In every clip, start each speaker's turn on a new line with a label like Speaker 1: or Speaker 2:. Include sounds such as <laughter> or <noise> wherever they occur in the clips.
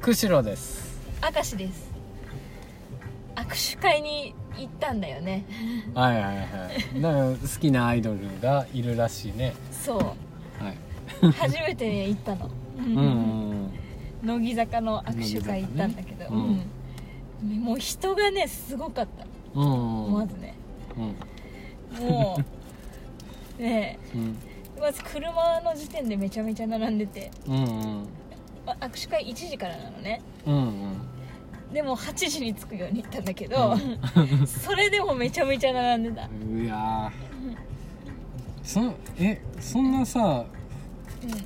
Speaker 1: 釧路です
Speaker 2: 明石です握手会に行ったんだよね
Speaker 1: はいはいはいなんか好きなアイドルがいるらしいね
Speaker 2: そ
Speaker 1: はいう <laughs>
Speaker 2: 初めてね行ったの
Speaker 1: うんうん
Speaker 2: <laughs> 乃木坂の握手会行ったんだけど、
Speaker 1: 乃木坂ね
Speaker 2: うんもう人がねすごかった
Speaker 1: うんうんうん
Speaker 2: まずね
Speaker 1: うん
Speaker 2: も
Speaker 1: <laughs>
Speaker 2: うね
Speaker 1: うん
Speaker 2: えまず車の時点でめちゃめちゃ並んでて
Speaker 1: うん
Speaker 2: あ握手会1時からなのね
Speaker 1: うんうん
Speaker 2: でも8時に着くように行ったんだけど、 <laughs> それでもめちゃめちゃ並んでた
Speaker 1: うんいやーそんえそんなさ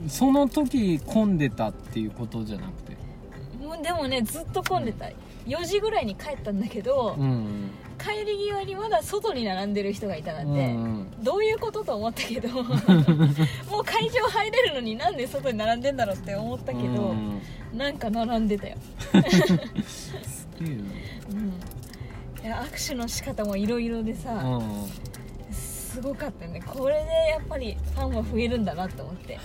Speaker 1: その時混んでたっていうことじゃなくて
Speaker 2: もうでもねずっと混んでた4時ぐらいに帰ったんだけど、
Speaker 1: うん
Speaker 2: 帰り際にまだ外に並んでる人がいたな
Speaker 1: うんん
Speaker 2: て、
Speaker 1: うん
Speaker 2: どういうことと思った
Speaker 1: <laughs>
Speaker 2: けどもう会場入れるのになんで外に並んでんだろうって思ったけど、
Speaker 1: うん
Speaker 2: なんか並んでたよ、
Speaker 1: すげえ
Speaker 2: うん、いや握手の仕方もいろいろで
Speaker 1: な
Speaker 2: さ、
Speaker 1: うんうん
Speaker 2: すごかったねこれでやっぱりファンは増えるんだなと
Speaker 1: <laughs>
Speaker 2: 思って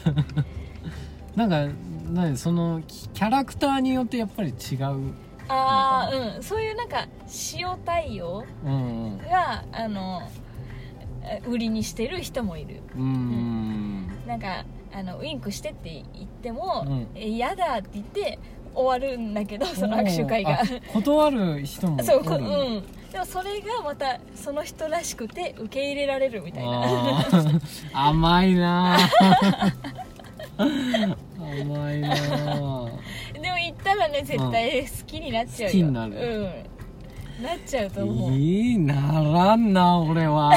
Speaker 1: なんか何そのキキャラクターによってやっぱり違う
Speaker 2: ああうんそういうなんか塩対応
Speaker 1: うんうん
Speaker 2: があのえ売りにしてる人もいる
Speaker 1: うん
Speaker 2: なんかあのウインクしてって言っても
Speaker 1: うん
Speaker 2: 「え嫌だ」って言って終わるんだけど <laughs> その握手会が
Speaker 1: あ。断る人も
Speaker 2: そう
Speaker 1: お
Speaker 2: こう
Speaker 1: るんだ
Speaker 2: んでもそれがまたその人らしくて受け入れられるみたいな
Speaker 1: あー甘いなあ甘いなあ
Speaker 2: でも行ったらね絶対好きになっちゃうよ
Speaker 1: 好きになる
Speaker 2: うんなっちゃうと思う
Speaker 1: いいならんな俺は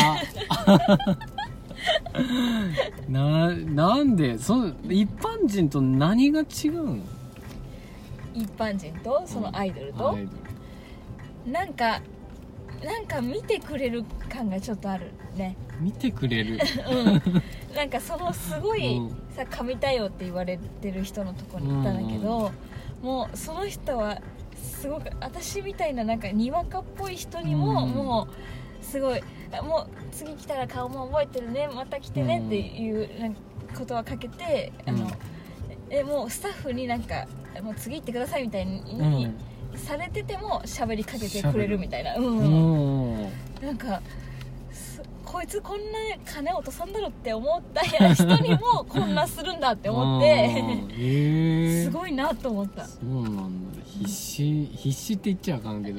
Speaker 1: ななんでそ一般人と何が違うの
Speaker 2: 一般人とそのアイドルと
Speaker 1: アイド
Speaker 2: なんかなんか見てくれる感がちょっとあるね
Speaker 1: ル見てくれ
Speaker 2: <laughs>
Speaker 1: る
Speaker 2: うんなんかそのすごい、
Speaker 1: うん
Speaker 2: さ神対応って言われてる人のとこに行ったんだけど、もうその人はすごく私みたいななんかにわかっぽい人にも、
Speaker 1: うん
Speaker 2: もうすごいあもう次来たら顔も覚えてるねまた来てね
Speaker 1: うん
Speaker 2: っていうなんかことはかけて、あ
Speaker 1: うん
Speaker 2: のえもうスタッフになんかもう次行ってくださいみたいに、
Speaker 1: うん
Speaker 2: されてても喋りかけてくれるみたいな、うん
Speaker 1: も
Speaker 2: なんかすこいつこんな金落とさんだろって思ったや人にもこんなするんだって
Speaker 1: うう
Speaker 2: 思っ
Speaker 1: ん
Speaker 2: て
Speaker 1: へえ
Speaker 2: すごいなと思った
Speaker 1: そうなんだ必死必死って言っちゃあかんけ
Speaker 2: <laughs>
Speaker 1: ど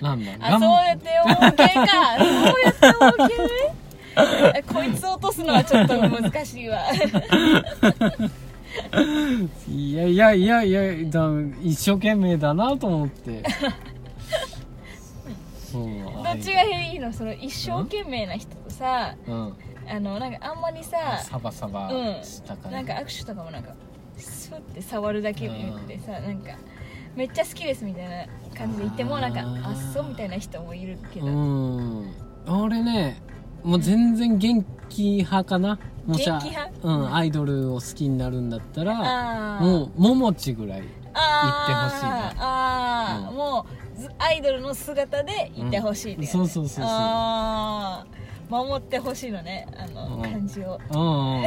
Speaker 1: なんだ
Speaker 2: あそうやって思う系かそうやって思う系ねこいつ落とすのはちょっと難しいわ
Speaker 1: いやいやいやいやだ一生懸命だなと思って
Speaker 2: <laughs>
Speaker 1: そう
Speaker 2: ど
Speaker 1: ア
Speaker 2: っ
Speaker 1: イド
Speaker 2: ち
Speaker 1: ル
Speaker 2: がいいのその一生懸命な人とさ
Speaker 1: うん
Speaker 2: あのなんかあんまりさ
Speaker 1: サバサバ
Speaker 2: うん
Speaker 1: した感じ、
Speaker 2: なんか握手とかもなんかスッて触るだけでよくてさなんかめっちゃ好きですみたいな感じで言っても
Speaker 1: あ
Speaker 2: な
Speaker 1: ー
Speaker 2: んかあっそうみたいな人もいるけど、
Speaker 1: うん俺ねもう全然元気派かなもし
Speaker 2: 元気派
Speaker 1: うん、アイドルを好きになるんだったら
Speaker 2: あー
Speaker 1: もうももちぐらい
Speaker 2: あ
Speaker 1: 行ってほしいな
Speaker 2: ああ、
Speaker 1: うん
Speaker 2: もうずアイドルの姿でいてほしいってやつ
Speaker 1: そうそうそうそう
Speaker 2: ああ守ってほしいのねあの、
Speaker 1: うん
Speaker 2: 感じを
Speaker 1: うんうん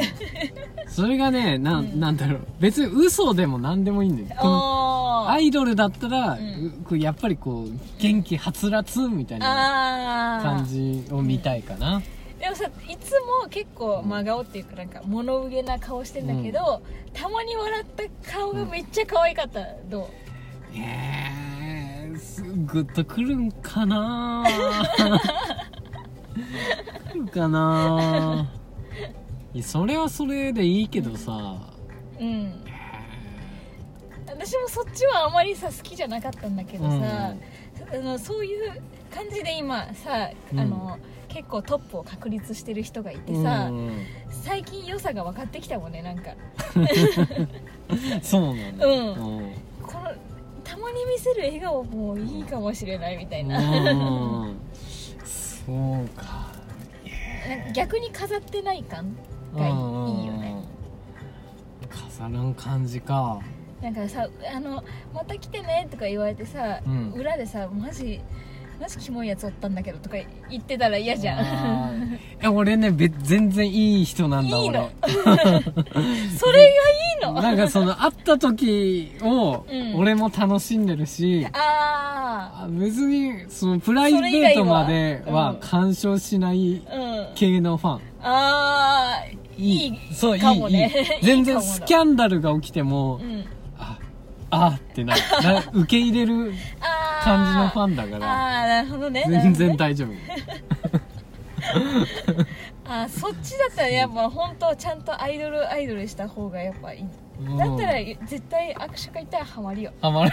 Speaker 2: <laughs>
Speaker 1: それがねな,、ん、なんだろう別に嘘でも何でもいいんだよこの
Speaker 2: あ
Speaker 1: アイドルだったら、
Speaker 2: ん
Speaker 1: うやっぱりこう元気はつらつみたいな
Speaker 2: あ
Speaker 1: 感じを見たいかな、
Speaker 2: でもさいつも結構真顔っていうかなんか物憂げな顔してんだけど、たまに笑った顔がめっちゃ可愛かった、どう
Speaker 1: えーすグッとくるんかなくるかないやそれはそれでいいけどさ、
Speaker 2: うん私もそっちはあまりさ好きじゃなかったんだけどさ、
Speaker 1: うん
Speaker 2: あのそういう感じで今さあの、結構トップを確立してる人がいてさ、
Speaker 1: うん
Speaker 2: 最近良さが分かってきたもんねなんか
Speaker 1: そうなんだ、
Speaker 2: うん
Speaker 1: うん
Speaker 2: このたまに見せる笑顔もいいかもしれないみたいな、
Speaker 1: うんそうか
Speaker 2: なんか逆に飾ってない感がいいいいよね
Speaker 1: うん飾らん感じか
Speaker 2: なんかさ「あのまた来てね」とか言われてさ、
Speaker 1: うん
Speaker 2: 裏でさマジマジキモいやつおったんだけど」とか言ってたら嫌じゃ
Speaker 1: あ
Speaker 2: ん
Speaker 1: ー <laughs> え俺ねべ全然いい人なんだ
Speaker 2: いい
Speaker 1: 俺
Speaker 2: の <laughs> それがいいの
Speaker 1: なんかその会った時を
Speaker 2: うん
Speaker 1: 俺も楽しんでるし、
Speaker 2: あ
Speaker 1: あ別にそのプライベートまでは干渉しない
Speaker 2: あうん
Speaker 1: 系のファン
Speaker 2: ああいい
Speaker 1: そうい
Speaker 2: か
Speaker 1: い
Speaker 2: もね
Speaker 1: いい全
Speaker 2: <laughs> いいか
Speaker 1: 然
Speaker 2: もだ
Speaker 1: スキャンダルが起きても
Speaker 2: うん
Speaker 1: ああーってなな受け入れる
Speaker 2: あー
Speaker 1: 感じのファンだから
Speaker 2: ああなるほどね
Speaker 1: 全
Speaker 2: なるほどね
Speaker 1: 然大丈夫
Speaker 2: あーそっちだったらやっぱ本当ちゃんとアイドルアイドルした方がやっぱいい
Speaker 1: うん
Speaker 2: <laughs> だったら絶対握手会行ったらハマるよ
Speaker 1: ハマる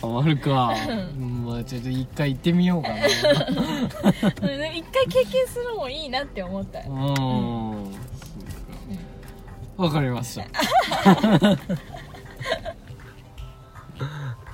Speaker 1: ハマるか、うん、まあちょっと一回行ってみようかな
Speaker 2: うんでも一回経験するのもいいなって思った
Speaker 1: うんそうかわかりました